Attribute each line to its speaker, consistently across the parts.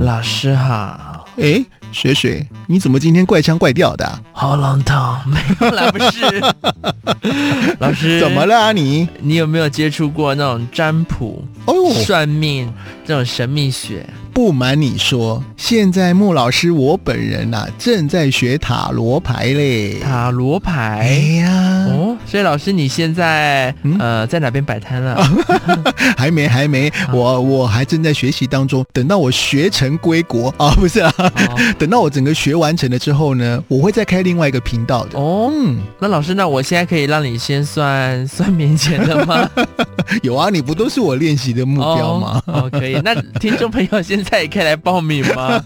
Speaker 1: 老师好，
Speaker 2: 哎，水水，你怎么今天怪腔怪调的啊、
Speaker 1: 喉咙痛，没有啦，不是。老师，
Speaker 2: 怎么？了啊你？
Speaker 1: 你有没有接触过那种占卜、
Speaker 2: 哦，
Speaker 1: 算命这种神秘学？
Speaker 2: 不瞒你说，现在穆老师我本人呐、正在学塔罗牌嘞。
Speaker 1: 塔罗
Speaker 2: 哎
Speaker 1: 牌。
Speaker 2: 呀，
Speaker 1: 哦，所以老师，你现在
Speaker 2: 嗯哦
Speaker 1: 呃在哪边摆摊了？
Speaker 2: 还没还没，
Speaker 1: 啊
Speaker 2: 我我还正在学习当中。等到我学成归国 啊，不是啊，
Speaker 1: 哦
Speaker 2: 等到我整个学完成了之后呢，我会再开另外一个频道的。
Speaker 1: 哦，
Speaker 2: 嗯，
Speaker 1: 那老师，那我现在可以让你先算算面前的吗？
Speaker 2: 有啊，你不都是我练习 的目标吗？
Speaker 1: 哦？哦，可以。那听众朋友现在也可以来报名 吗？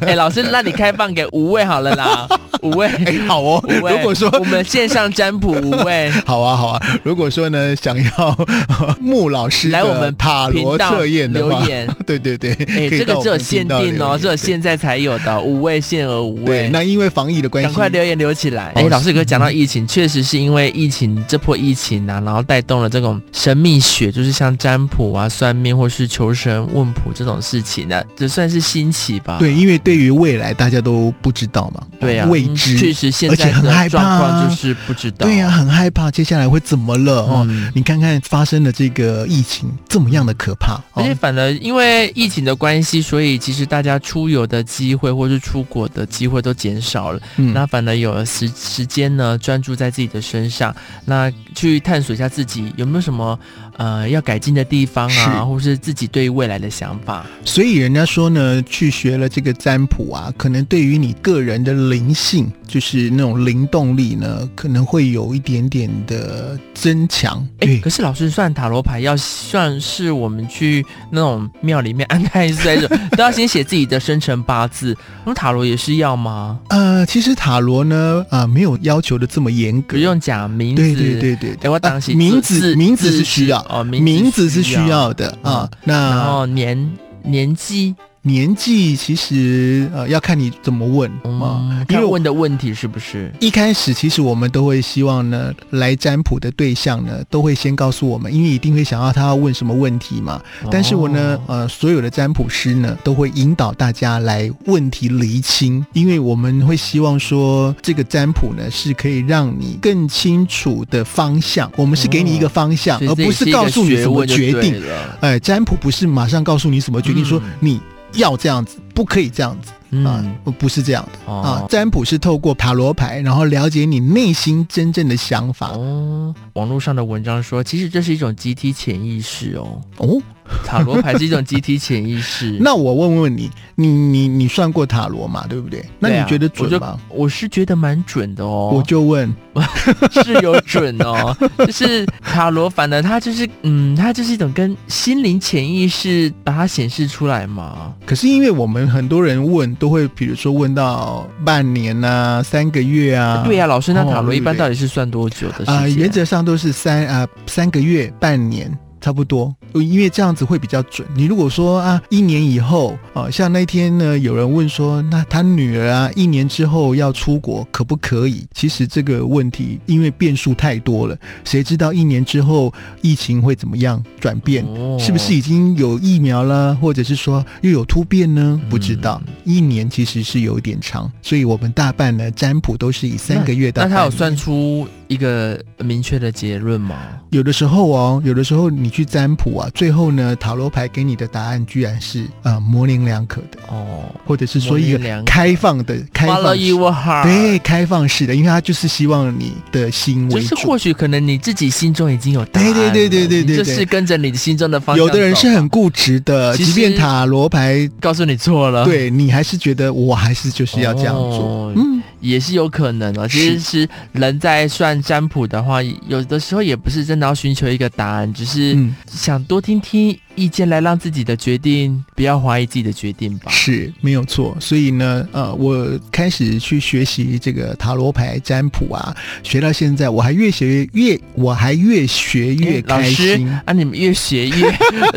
Speaker 1: 哎、老师，那你开放给五位好了啦，五位。
Speaker 2: 哎、好哦。
Speaker 1: 五位
Speaker 2: 如果说
Speaker 1: 欸我们线上占卜五位，
Speaker 2: 好啊，好啊。如果说呢，想要 穆老师的
Speaker 1: 来我们
Speaker 2: 塔罗
Speaker 1: 频道
Speaker 2: 测验的
Speaker 1: 留
Speaker 2: 话，
Speaker 1: 言，
Speaker 2: 对对对，
Speaker 1: 哎、
Speaker 2: 可以
Speaker 1: 这个
Speaker 2: 到我
Speaker 1: 只有
Speaker 2: 们
Speaker 1: 限
Speaker 2: 频道
Speaker 1: 定
Speaker 2: 留
Speaker 1: 哦，
Speaker 2: 言
Speaker 1: 只有现在才有的，五位限额五
Speaker 2: 对。
Speaker 1: 位。
Speaker 2: 那因为防疫的关
Speaker 1: 赶
Speaker 2: 系，
Speaker 1: 快留言留起来！
Speaker 2: 哦
Speaker 1: 哎、老师哥讲到疫情，确实是因为疫情这波疫情啊，然后带动了这种神秘学，就是像占卜啊、算命或是求神问卜这种事情呢、这算是新奇吧？
Speaker 2: 对，因为对于未来大家都不知道嘛，
Speaker 1: 啊
Speaker 2: 哦
Speaker 1: 对啊，
Speaker 2: 未
Speaker 1: 嗯确
Speaker 2: 知，
Speaker 1: 实现
Speaker 2: 而
Speaker 1: 在
Speaker 2: 且很害
Speaker 1: 的状
Speaker 2: 怕啊
Speaker 1: 况就是不知道。
Speaker 2: 对呀、很害怕接下来会怎么了哦。
Speaker 1: 嗯。
Speaker 2: 你看看发生了这个疫情这么样的可怕，
Speaker 1: 而
Speaker 2: 哦
Speaker 1: 且反而因为疫情的关系，所以其实大家出游的机会或是出国的机会都减少了。
Speaker 2: 嗯
Speaker 1: 那反而有了时时间呢，专注在自己的身上，那去探索一下自己有没有什么呃要改进的地方啊，
Speaker 2: 是
Speaker 1: 或是自己对未来的想法。
Speaker 2: 所以人家说呢，去学了这个占卜啊，可能对于你个人的灵性，就是那种灵动力呢，可能会有一点点的增强。
Speaker 1: 哎，
Speaker 2: 对，
Speaker 1: 可是老师算塔罗牌要算是我们去那种庙里面安太岁这种， 都要先写自己的生辰八字，那么塔罗也是要 吗？
Speaker 2: 呃，其实塔罗呢，啊、没有要求的这么严格
Speaker 1: 不。用讲名字，
Speaker 2: 对对对对
Speaker 1: 哎，我当时
Speaker 2: 啊名字名字是需要
Speaker 1: 哦，
Speaker 2: 对，名字是需
Speaker 1: 需，
Speaker 2: 要的啊。
Speaker 1: 然
Speaker 2: 那
Speaker 1: 后年年纪，
Speaker 2: 年纪其实呃要看你怎么问啊，
Speaker 1: 嗯，
Speaker 2: 因
Speaker 1: 因
Speaker 2: 为
Speaker 1: 为
Speaker 2: 我
Speaker 1: 问的问题是不是？
Speaker 2: 一开始，其实我们都会希望呢，来占卜的对象呢，都会先告诉我们，因为一定会想要他要问什么问题嘛。但是我呢，
Speaker 1: 哦
Speaker 2: 呃，所有的占卜师呢，都会引导大家来问题厘清，因为我们会希望说，这个占卜呢是可以让你更清楚的方向，我们是给你一个方向，
Speaker 1: 所以
Speaker 2: 啊而
Speaker 1: 哦这也
Speaker 2: 不是告诉你怎么决
Speaker 1: 是一个学问就
Speaker 2: 定。
Speaker 1: 对了
Speaker 2: 哎、占卜不是马上告诉你什么决定，
Speaker 1: 嗯
Speaker 2: 说你要这样子，不可以这样子啊
Speaker 1: 嗯，，
Speaker 2: 不是这样的。啊
Speaker 1: 哦，，
Speaker 2: 占卜是透过塔罗牌，然后了解你内心真正的想法。
Speaker 1: 哦，网络上的文章说，哦其实这是一种集体潜意识 哦，
Speaker 2: 哦，。
Speaker 1: 塔罗牌是一种集体潜意识
Speaker 2: 那我问问你，你你你算过塔罗嘛？对不对？那
Speaker 1: 对
Speaker 2: 你
Speaker 1: 啊
Speaker 2: 觉得准
Speaker 1: 我就
Speaker 2: 吗？
Speaker 1: 我是觉得蛮准的哦，
Speaker 2: 我就问，
Speaker 1: 是有准 哦，就是塔罗，反而它就是，嗯，它就是一种跟心灵潜意识把它显示出来嘛。
Speaker 2: 可是因为我们很多人问，都会比如说问到半年啊、三个月啊，
Speaker 1: 对呀、老师，那
Speaker 2: 哦
Speaker 1: 塔罗一般
Speaker 2: 对不对
Speaker 1: 到底是算多久的时间？
Speaker 2: 啊、原则上都是三啊、三个月、半年差不多，呃因为这样子会比较准。你如果说啊一年以后啊、像那天呢有人问说，那他女儿啊一年之后要出国可不可以？其实这个问题因为变数太多了，谁知道一年之后疫情会怎么样转变？
Speaker 1: 哦
Speaker 2: 是不是已经有疫苗了，或者是说又有突变呢？
Speaker 1: 嗯
Speaker 2: 不知道，一年其实是有点长，所以我们大半呢占卜都是以三个月到
Speaker 1: 那他有
Speaker 2: 半年
Speaker 1: 算出一个明确的结论吗？
Speaker 2: 有的时候哦，有的时候你去占卜啊，最后呢，塔罗牌给你的答案居然是呃模棱两可的，
Speaker 1: 哦，
Speaker 2: 或者是说
Speaker 1: 模
Speaker 2: 一个
Speaker 1: 棱两可
Speaker 2: 开放的、开
Speaker 1: Follow
Speaker 2: 放式
Speaker 1: your heart，
Speaker 2: 对，开放式的，因为它就是希望你的心
Speaker 1: 就
Speaker 2: 为
Speaker 1: 是
Speaker 2: 主
Speaker 1: 或。许可能你自己心中已经有答案了，
Speaker 2: 对对对对对对
Speaker 1: 你就是跟着你的心中的方向
Speaker 2: 有
Speaker 1: 走。
Speaker 2: 的人是很固执的，
Speaker 1: 其
Speaker 2: 即便
Speaker 1: 实
Speaker 2: 塔罗牌
Speaker 1: 告诉你错了，，
Speaker 2: 对你还是觉得我还是就是要这样做。
Speaker 1: 哦、
Speaker 2: 嗯，
Speaker 1: 也是有可能哦。其实是人在算占卜的话，有的时候也不是真的要寻求一个答案，只是
Speaker 2: 嗯，
Speaker 1: 想多听听意见来让自己的决定不要怀疑自己的决定吧。
Speaker 2: 是没有错。所以呢，呃，我开始去学习这个塔罗牌占卜啊，学到现在，我还越学越，我还越学越
Speaker 1: 哎老
Speaker 2: 开
Speaker 1: 师
Speaker 2: 心。
Speaker 1: 啊，你们越学越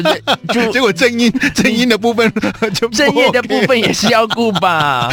Speaker 1: 就
Speaker 2: 结果正音正音的部分 就不
Speaker 1: 嗯正业的部
Speaker 2: OK
Speaker 1: 分也是要顾 吧。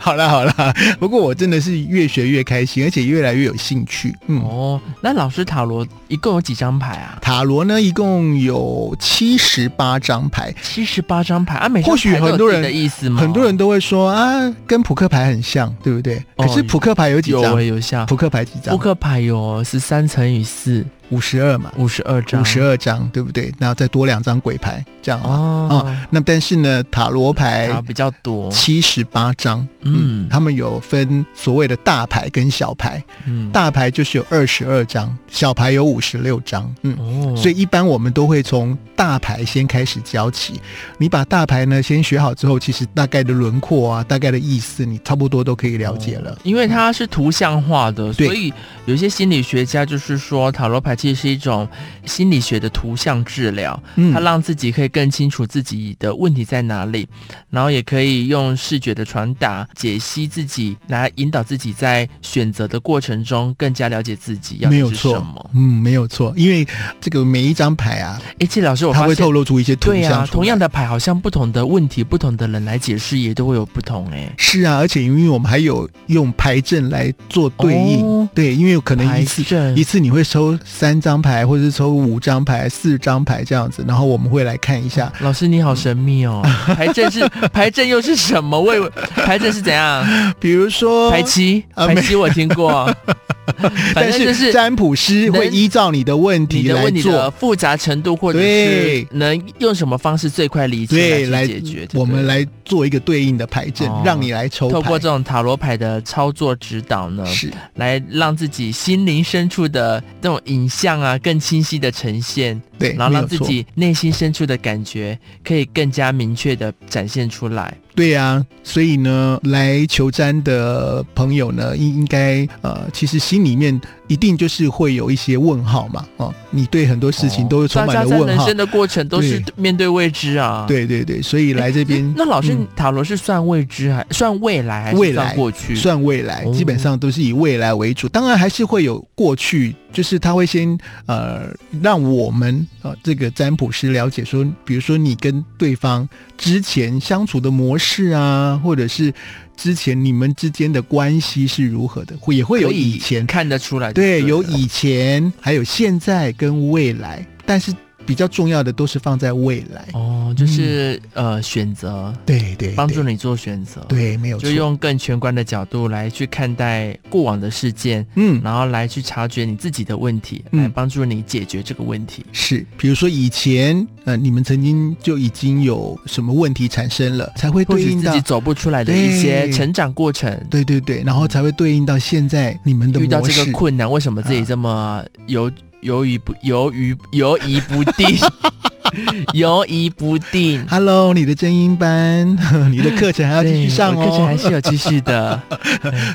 Speaker 2: 好啦好啦，不过我真的是越学越开心，而且越来越有兴趣。
Speaker 1: 哦
Speaker 2: 嗯，
Speaker 1: 哦，那老师塔罗一共有几张牌啊？
Speaker 2: 塔罗呢一共有七七十八张牌。
Speaker 1: 七十八张牌啊，每张
Speaker 2: 或许
Speaker 1: 牌都有
Speaker 2: 很多
Speaker 1: 自己
Speaker 2: 人
Speaker 1: 的意思吗？
Speaker 2: 很多人都会说啊，跟扑克牌很像，对不对？
Speaker 1: 哦
Speaker 2: 可是扑克牌有几
Speaker 1: 有
Speaker 2: 张
Speaker 1: 诶？有像
Speaker 2: 扑克牌几
Speaker 1: 扑
Speaker 2: 张？
Speaker 1: 克牌有十三乘以四，
Speaker 2: 五十二嘛，
Speaker 1: 五十二张，
Speaker 2: 五十二张，对不对？然后再多两张鬼牌，这样啊。
Speaker 1: 哦，
Speaker 2: 那但是呢，塔罗
Speaker 1: 啊
Speaker 2: 牌
Speaker 1: 比较多，
Speaker 2: 哎七十八张，
Speaker 1: 嗯
Speaker 2: 他们有分所谓的大牌跟小牌，
Speaker 1: 嗯，
Speaker 2: 大牌就是有二十二张，小牌有五十六张，嗯。
Speaker 1: 哦，
Speaker 2: 所以一般我们都会从大牌先开始教起。你把大牌呢先学好之后，其实大概的轮廓啊、大概的意思，你差不多都可以了解了。
Speaker 1: 嗯因为它是图像化的，
Speaker 2: 对
Speaker 1: 所以有一些心理学家就是说，塔罗牌其实是一种心理学的图像治疗，它
Speaker 2: 嗯，
Speaker 1: 让自己可以更清楚自己的问题在哪里，然后也可以用视觉的传达解析自己，来引导自己在选择的过程中更加了解自己要
Speaker 2: 没有
Speaker 1: 的是什
Speaker 2: 错
Speaker 1: 么。，
Speaker 2: 嗯，没有错，因为这个每一张牌啊，
Speaker 1: 哎，季老师，我
Speaker 2: 它
Speaker 1: 发
Speaker 2: 会
Speaker 1: 现
Speaker 2: 透露出一些图
Speaker 1: 对
Speaker 2: 像
Speaker 1: 啊，
Speaker 2: 出来
Speaker 1: 同样的牌好像不同的问题，不同的人来解释也都会有不同哎、
Speaker 2: 是啊，而且因为我们还有用牌阵来做对应，
Speaker 1: 哦
Speaker 2: 对，因为可能一
Speaker 1: 牌
Speaker 2: 次
Speaker 1: 阵
Speaker 2: 一次你会抽三张牌，或者是抽五张牌、四张牌这样子，然后我们会来看 一下。
Speaker 1: 老师你好神秘 哦，牌阵是牌阵又是什么？我以为牌阵是怎样？
Speaker 2: 比如说，
Speaker 1: 牌七，
Speaker 2: 啊
Speaker 1: 牌
Speaker 2: 没
Speaker 1: 七我听 过，反
Speaker 2: 但
Speaker 1: 正就是是
Speaker 2: 占卜师会
Speaker 1: 能
Speaker 2: 依照你的问
Speaker 1: 你
Speaker 2: 题
Speaker 1: 的
Speaker 2: 来
Speaker 1: 问题的
Speaker 2: 做，
Speaker 1: 复杂程度，或者是
Speaker 2: 对
Speaker 1: 能用什么方式最快理
Speaker 2: 对，
Speaker 1: 清
Speaker 2: 来
Speaker 1: 来去解决。对
Speaker 2: 我们
Speaker 1: 不对
Speaker 2: 来做一个对应的牌阵
Speaker 1: 哦，
Speaker 2: 让你来抽
Speaker 1: 透
Speaker 2: 牌
Speaker 1: 过。这种塔罗牌的操作指导呢，
Speaker 2: 是
Speaker 1: 来让自己心灵深处的那种影像啊更清晰的呈现，
Speaker 2: 对，
Speaker 1: 然后
Speaker 2: 没有
Speaker 1: 让自
Speaker 2: 错
Speaker 1: 己内心深处的感觉可以更加明确的展现出来。
Speaker 2: 对呀、所以呢，来求占的朋友呢，应应该呃，其实心里面一定就是会有一些问号嘛，哦，你对很多事情都
Speaker 1: 哦
Speaker 2: 是充满
Speaker 1: 大
Speaker 2: 了
Speaker 1: 家在
Speaker 2: 问
Speaker 1: 人
Speaker 2: 号，
Speaker 1: 生的过程都是面对未知啊。。
Speaker 2: 对对对，所以来这边、
Speaker 1: 那老师
Speaker 2: 嗯，
Speaker 1: 塔罗是算未知还算未来还
Speaker 2: 未
Speaker 1: 是
Speaker 2: 来
Speaker 1: 算过去？
Speaker 2: 算未来，
Speaker 1: 哦
Speaker 2: 基本上都是以未来为主，当然还是会有过去，就是他会先呃让我们呃这个占卜师了解说，比如说你跟对方之前相处的模式啊，或者是之前你们之间的关系是如何的，会也会有
Speaker 1: 可
Speaker 2: 以前，
Speaker 1: 看得出来就
Speaker 2: 对，
Speaker 1: 了
Speaker 2: 有以前，还有现在跟未来，但是比较重要的都是放在未来，
Speaker 1: 哦，就是、呃选择，
Speaker 2: 对嗯对，
Speaker 1: 帮助
Speaker 2: 对
Speaker 1: 你做选择，，
Speaker 2: 对，没有
Speaker 1: 就
Speaker 2: 错，
Speaker 1: 用更全观的角度来去看待过往的事件，
Speaker 2: 嗯。
Speaker 1: 然后来去察觉你自己的问题，
Speaker 2: 嗯
Speaker 1: 来帮助你解决这个问题。
Speaker 2: 是，比如说以前，呃，你们曾经就已经有什么问题产生了，才会
Speaker 1: 或
Speaker 2: 对
Speaker 1: 许
Speaker 2: 应
Speaker 1: 自
Speaker 2: 到
Speaker 1: 己，走不出来的一些
Speaker 2: 对
Speaker 1: 成长过程，
Speaker 2: 对对对，然后才会对应到现在你们的
Speaker 1: 遇到
Speaker 2: 模
Speaker 1: 这
Speaker 2: 式啊
Speaker 1: 个。困难，为什么自己这么犹犹豫不犹豫犹疑不 定，犹疑不定？
Speaker 2: Hello，你的正音班， 你的课程还要继续
Speaker 1: 对
Speaker 2: 上
Speaker 1: 我课程还
Speaker 2: 哦。
Speaker 1: 是有继续 的。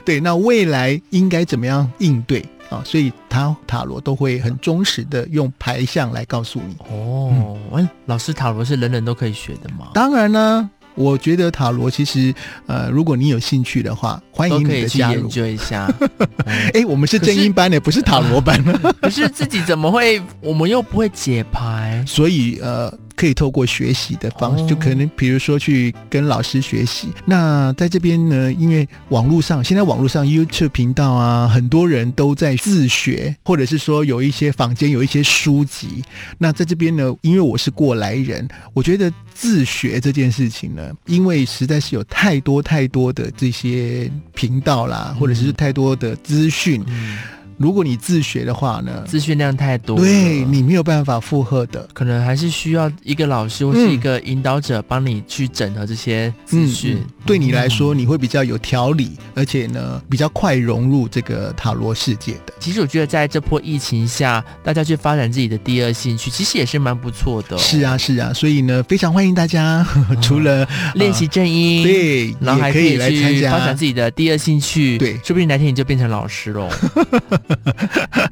Speaker 2: 对，那未来应该怎么样应对啊？所以塔塔罗都会很忠实的用牌象来告诉你。
Speaker 1: 哦，哎老师塔罗是人人都可以学的吗？
Speaker 2: 当然呢，我觉得塔罗其实，呃，如果你有兴趣的话，欢
Speaker 1: 都
Speaker 2: 迎
Speaker 1: 可
Speaker 2: 你
Speaker 1: 以
Speaker 2: 的
Speaker 1: 去
Speaker 2: 加入
Speaker 1: 研。究一下。 嗯
Speaker 2: 哎，我们是
Speaker 1: 可是
Speaker 2: 正音班的，不是塔罗班。哦
Speaker 1: 可是自己怎么会？我们又不会解牌。
Speaker 2: 所以呃，可以透过学习的方式，
Speaker 1: 哦
Speaker 2: 就可能比如说去跟老师学习。那在这边呢，因为网络上现在网络上 YouTube 频道啊，很多人都在自学，或者是说有一些坊间有一些书籍。那在这边呢，因为我是过来人，我觉得自学这件事情呢，因为实在是有太多太多的这些频道啦，或者是
Speaker 1: 嗯
Speaker 2: 太多的资讯。
Speaker 1: 嗯，
Speaker 2: 如果你自学的话呢，
Speaker 1: 资讯量太多了，
Speaker 2: 对你没有办法负荷的。
Speaker 1: 可能还是需要一个老师或
Speaker 2: 嗯
Speaker 1: 是一个引导者帮你去整合这些资讯、
Speaker 2: 嗯嗯对你来说，
Speaker 1: 嗯
Speaker 2: 你会比较有条理，而且呢，比较快融入这个塔罗世界的。
Speaker 1: 其实我觉得在这波疫情下，大家去发展自己的第二兴趣，其实也是蛮不错的哦、
Speaker 2: 是啊，是啊，所以呢，非常欢迎大家， 呵呵
Speaker 1: 嗯
Speaker 2: 除了
Speaker 1: 练习正音。
Speaker 2: 对，
Speaker 1: 嗯然后
Speaker 2: 也
Speaker 1: 还
Speaker 2: 可以来参
Speaker 1: 去发
Speaker 2: 加
Speaker 1: 展。自己的第二兴趣，
Speaker 2: 对
Speaker 1: 说不定哪天你就变成老师 喽。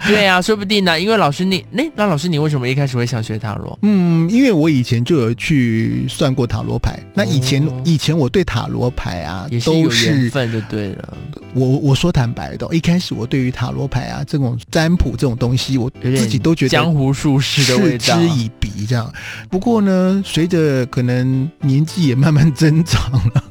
Speaker 1: 对啊，说不定呢，因为老师你，那那老师你为什么一开始会想学塔罗？
Speaker 2: 嗯，因为我以前就有去算过塔罗牌，那以前、
Speaker 1: 哦
Speaker 2: 以前我对塔罗牌啊
Speaker 1: 也，是
Speaker 2: 都
Speaker 1: 有缘
Speaker 2: 是
Speaker 1: 分就对了，
Speaker 2: 我我说坦白的哦，一开始我对于塔罗牌啊这种占卜这种东西，我
Speaker 1: 有点
Speaker 2: 自己都觉得
Speaker 1: 江湖术士的味
Speaker 2: 嗤
Speaker 1: 道。
Speaker 2: 以鼻这样。不过呢，随
Speaker 1: 嗯
Speaker 2: 着可能年纪也慢慢增长了，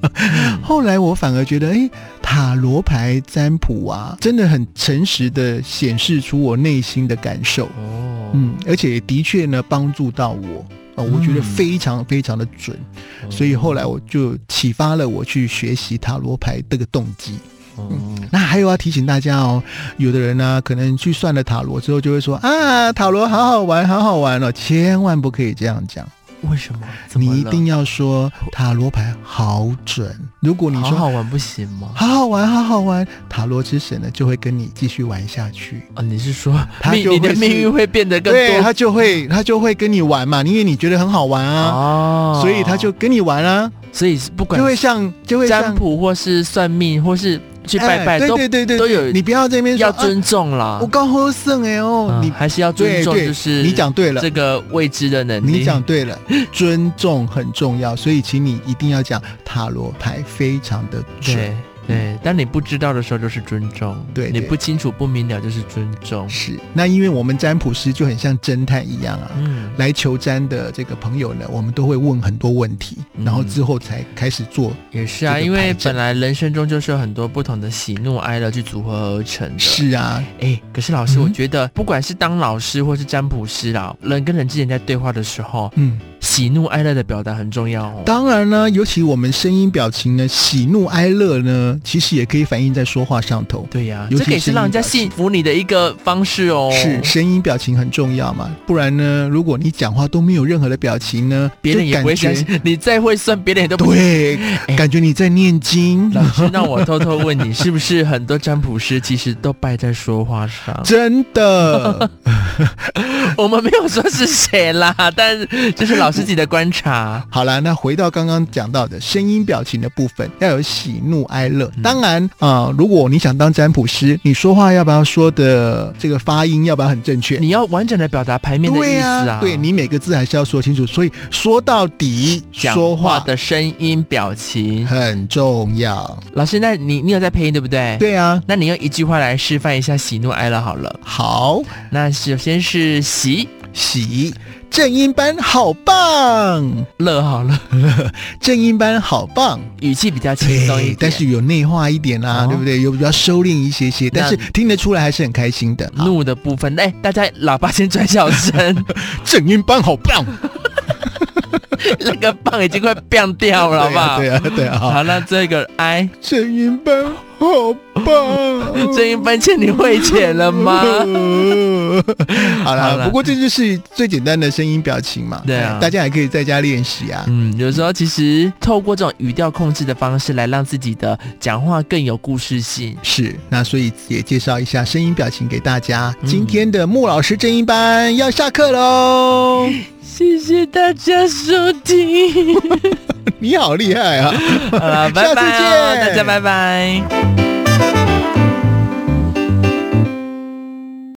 Speaker 2: 后来我反而觉得，哎，塔罗牌占卜啊，真的很诚实的显示出我内心的感受。
Speaker 1: 哦，
Speaker 2: 嗯，而且的确呢，帮助到我。啊、我
Speaker 1: 嗯
Speaker 2: 觉得非常非常的准，
Speaker 1: 哦
Speaker 2: 所以后来我就启发了我去学习塔罗牌这个动机。
Speaker 1: 哦
Speaker 2: 那还有要提醒大家哦，有的人呢、可能去算了塔罗之后就会说啊，塔罗好好玩，好好玩哦，千万不可以这样讲，
Speaker 1: 为什么？怎么
Speaker 2: 你一
Speaker 1: 了
Speaker 2: 定要说塔罗牌好准。如果你
Speaker 1: 好
Speaker 2: 说
Speaker 1: 好玩不行吗？
Speaker 2: 好好玩，好好玩，塔罗之神呢就会跟你继续玩下去。
Speaker 1: 啊，你是说
Speaker 2: 他
Speaker 1: 命
Speaker 2: 就
Speaker 1: 你的
Speaker 2: 会是
Speaker 1: 命运会变得更
Speaker 2: 对
Speaker 1: 多
Speaker 2: 他就会他就会跟你玩嘛，因为你觉得很好玩啊，
Speaker 1: 哦
Speaker 2: 所以他就跟你玩啊，
Speaker 1: 所以是不管
Speaker 2: 就会像就会像
Speaker 1: 占卜或是算命或是去
Speaker 2: 哎
Speaker 1: 拜拜
Speaker 2: 对
Speaker 1: 都
Speaker 2: 对对对，
Speaker 1: 都
Speaker 2: 对
Speaker 1: 有
Speaker 2: 你不要这边说
Speaker 1: 要
Speaker 2: 啊
Speaker 1: 尊重啦
Speaker 2: 我。刚喝剩哎哦，
Speaker 1: 嗯
Speaker 2: 你
Speaker 1: 还是要尊
Speaker 2: 对
Speaker 1: 重，
Speaker 2: 对
Speaker 1: 就是
Speaker 2: 你讲对了。
Speaker 1: 这个未知的能力。
Speaker 2: 你讲对 了，尊重很重要，所以请你一定要讲塔罗牌非常的准。
Speaker 1: 对对，当你不知道的时候就是尊重，
Speaker 2: 对
Speaker 1: 你
Speaker 2: 对
Speaker 1: 不清楚不明了就是尊重。
Speaker 2: 是，那因为我们占卜师就很像侦探一样啊，
Speaker 1: 嗯，
Speaker 2: 来求占的这个朋友呢，我们都会问很多问题，
Speaker 1: 嗯
Speaker 2: 然后之后才开始做。
Speaker 1: 也是啊，
Speaker 2: 这个
Speaker 1: 因为
Speaker 2: 牌阵
Speaker 1: 本来人生中就是有很多不同的喜怒哀乐去组合而成的。
Speaker 2: 是啊，
Speaker 1: 哎，可是老师，
Speaker 2: 嗯
Speaker 1: 我觉得不管是当老师或是占卜师啊，人跟人之间在对话的时候，
Speaker 2: 嗯，
Speaker 1: 喜怒哀乐的表达很重要哦。
Speaker 2: 当然呢，尤其我们声音、表情呢，喜怒哀乐呢，其实也可以反映在说话上头。
Speaker 1: 对呀、
Speaker 2: 尤
Speaker 1: 这
Speaker 2: 其
Speaker 1: 个也是
Speaker 2: 声
Speaker 1: 让
Speaker 2: 音
Speaker 1: 人家
Speaker 2: 表情
Speaker 1: 信服你的一个方式哦。
Speaker 2: 是声音表情很重要嘛，不然呢，如果你讲话都没有任何的表情呢，
Speaker 1: 别人
Speaker 2: 就
Speaker 1: 也
Speaker 2: 感
Speaker 1: 不会相
Speaker 2: 觉
Speaker 1: 信，你再会算，别人也都不。
Speaker 2: 对
Speaker 1: 哎，
Speaker 2: 感觉你在念经。
Speaker 1: 老师，那我偷偷问你，是不是很多占卜师其实都败在说话上？
Speaker 2: 真的，
Speaker 1: 我们没有说是谁啦， 但是就是老师自己的观察。
Speaker 2: 好啦，那回到刚刚讲到的声音表情的部分，要有喜怒哀乐。
Speaker 1: 嗯
Speaker 2: 当然啊、呃如果你想当占卜师，你说话要不要说的这个发音要不要很正确？
Speaker 1: 你要完整的表达牌面的
Speaker 2: 对
Speaker 1: 意思
Speaker 2: 呀、
Speaker 1: 啊，
Speaker 2: 对你每个字还是要说清楚。所以说到底，
Speaker 1: 讲
Speaker 2: 说
Speaker 1: 话
Speaker 2: 话
Speaker 1: 的声音、表情。
Speaker 2: 很重要。
Speaker 1: 老师，那你你有在配音对不对？。
Speaker 2: 对啊，
Speaker 1: 那你用一句话来示范一下喜怒哀乐好了。
Speaker 2: 好
Speaker 1: 那首先是喜
Speaker 2: 喜正音班好棒，
Speaker 1: 乐好了，
Speaker 2: 正音班好棒。
Speaker 1: 语气比较轻松一
Speaker 2: 对
Speaker 1: 点，，
Speaker 2: 但是有内化一点啦、
Speaker 1: 哦
Speaker 2: 对不对？有比较收敛一些些，
Speaker 1: 那
Speaker 2: 但是听得出来还是很开心的。好
Speaker 1: 怒的部分。哎、大家喇叭先转小 声，
Speaker 2: 正音班好棒，
Speaker 1: 那个棒已经快变掉了，好不好？
Speaker 2: 对啊，对啊，对 啊好
Speaker 1: 好，那这个 I
Speaker 2: 正音班好棒，
Speaker 1: 这一分钱你会钱了吗？
Speaker 2: 嗯好
Speaker 1: 好
Speaker 2: 啦，
Speaker 1: 啦
Speaker 2: 不过这就是最简单的声音表情嘛。
Speaker 1: 对啊
Speaker 2: 大家也可以在家练习啊。
Speaker 1: 嗯，有时候其实透过这种语调控制的方式来让自己的讲话更有故事性。
Speaker 2: 是，那所以也介绍一下声音表情给大家。
Speaker 1: 嗯
Speaker 2: 今天的穆老师正音班要下课 喽，
Speaker 1: 谢谢大家收听，
Speaker 2: 你好厉害啊！
Speaker 1: 好了，拜拜、哦，
Speaker 2: 下次见
Speaker 1: 大家拜拜。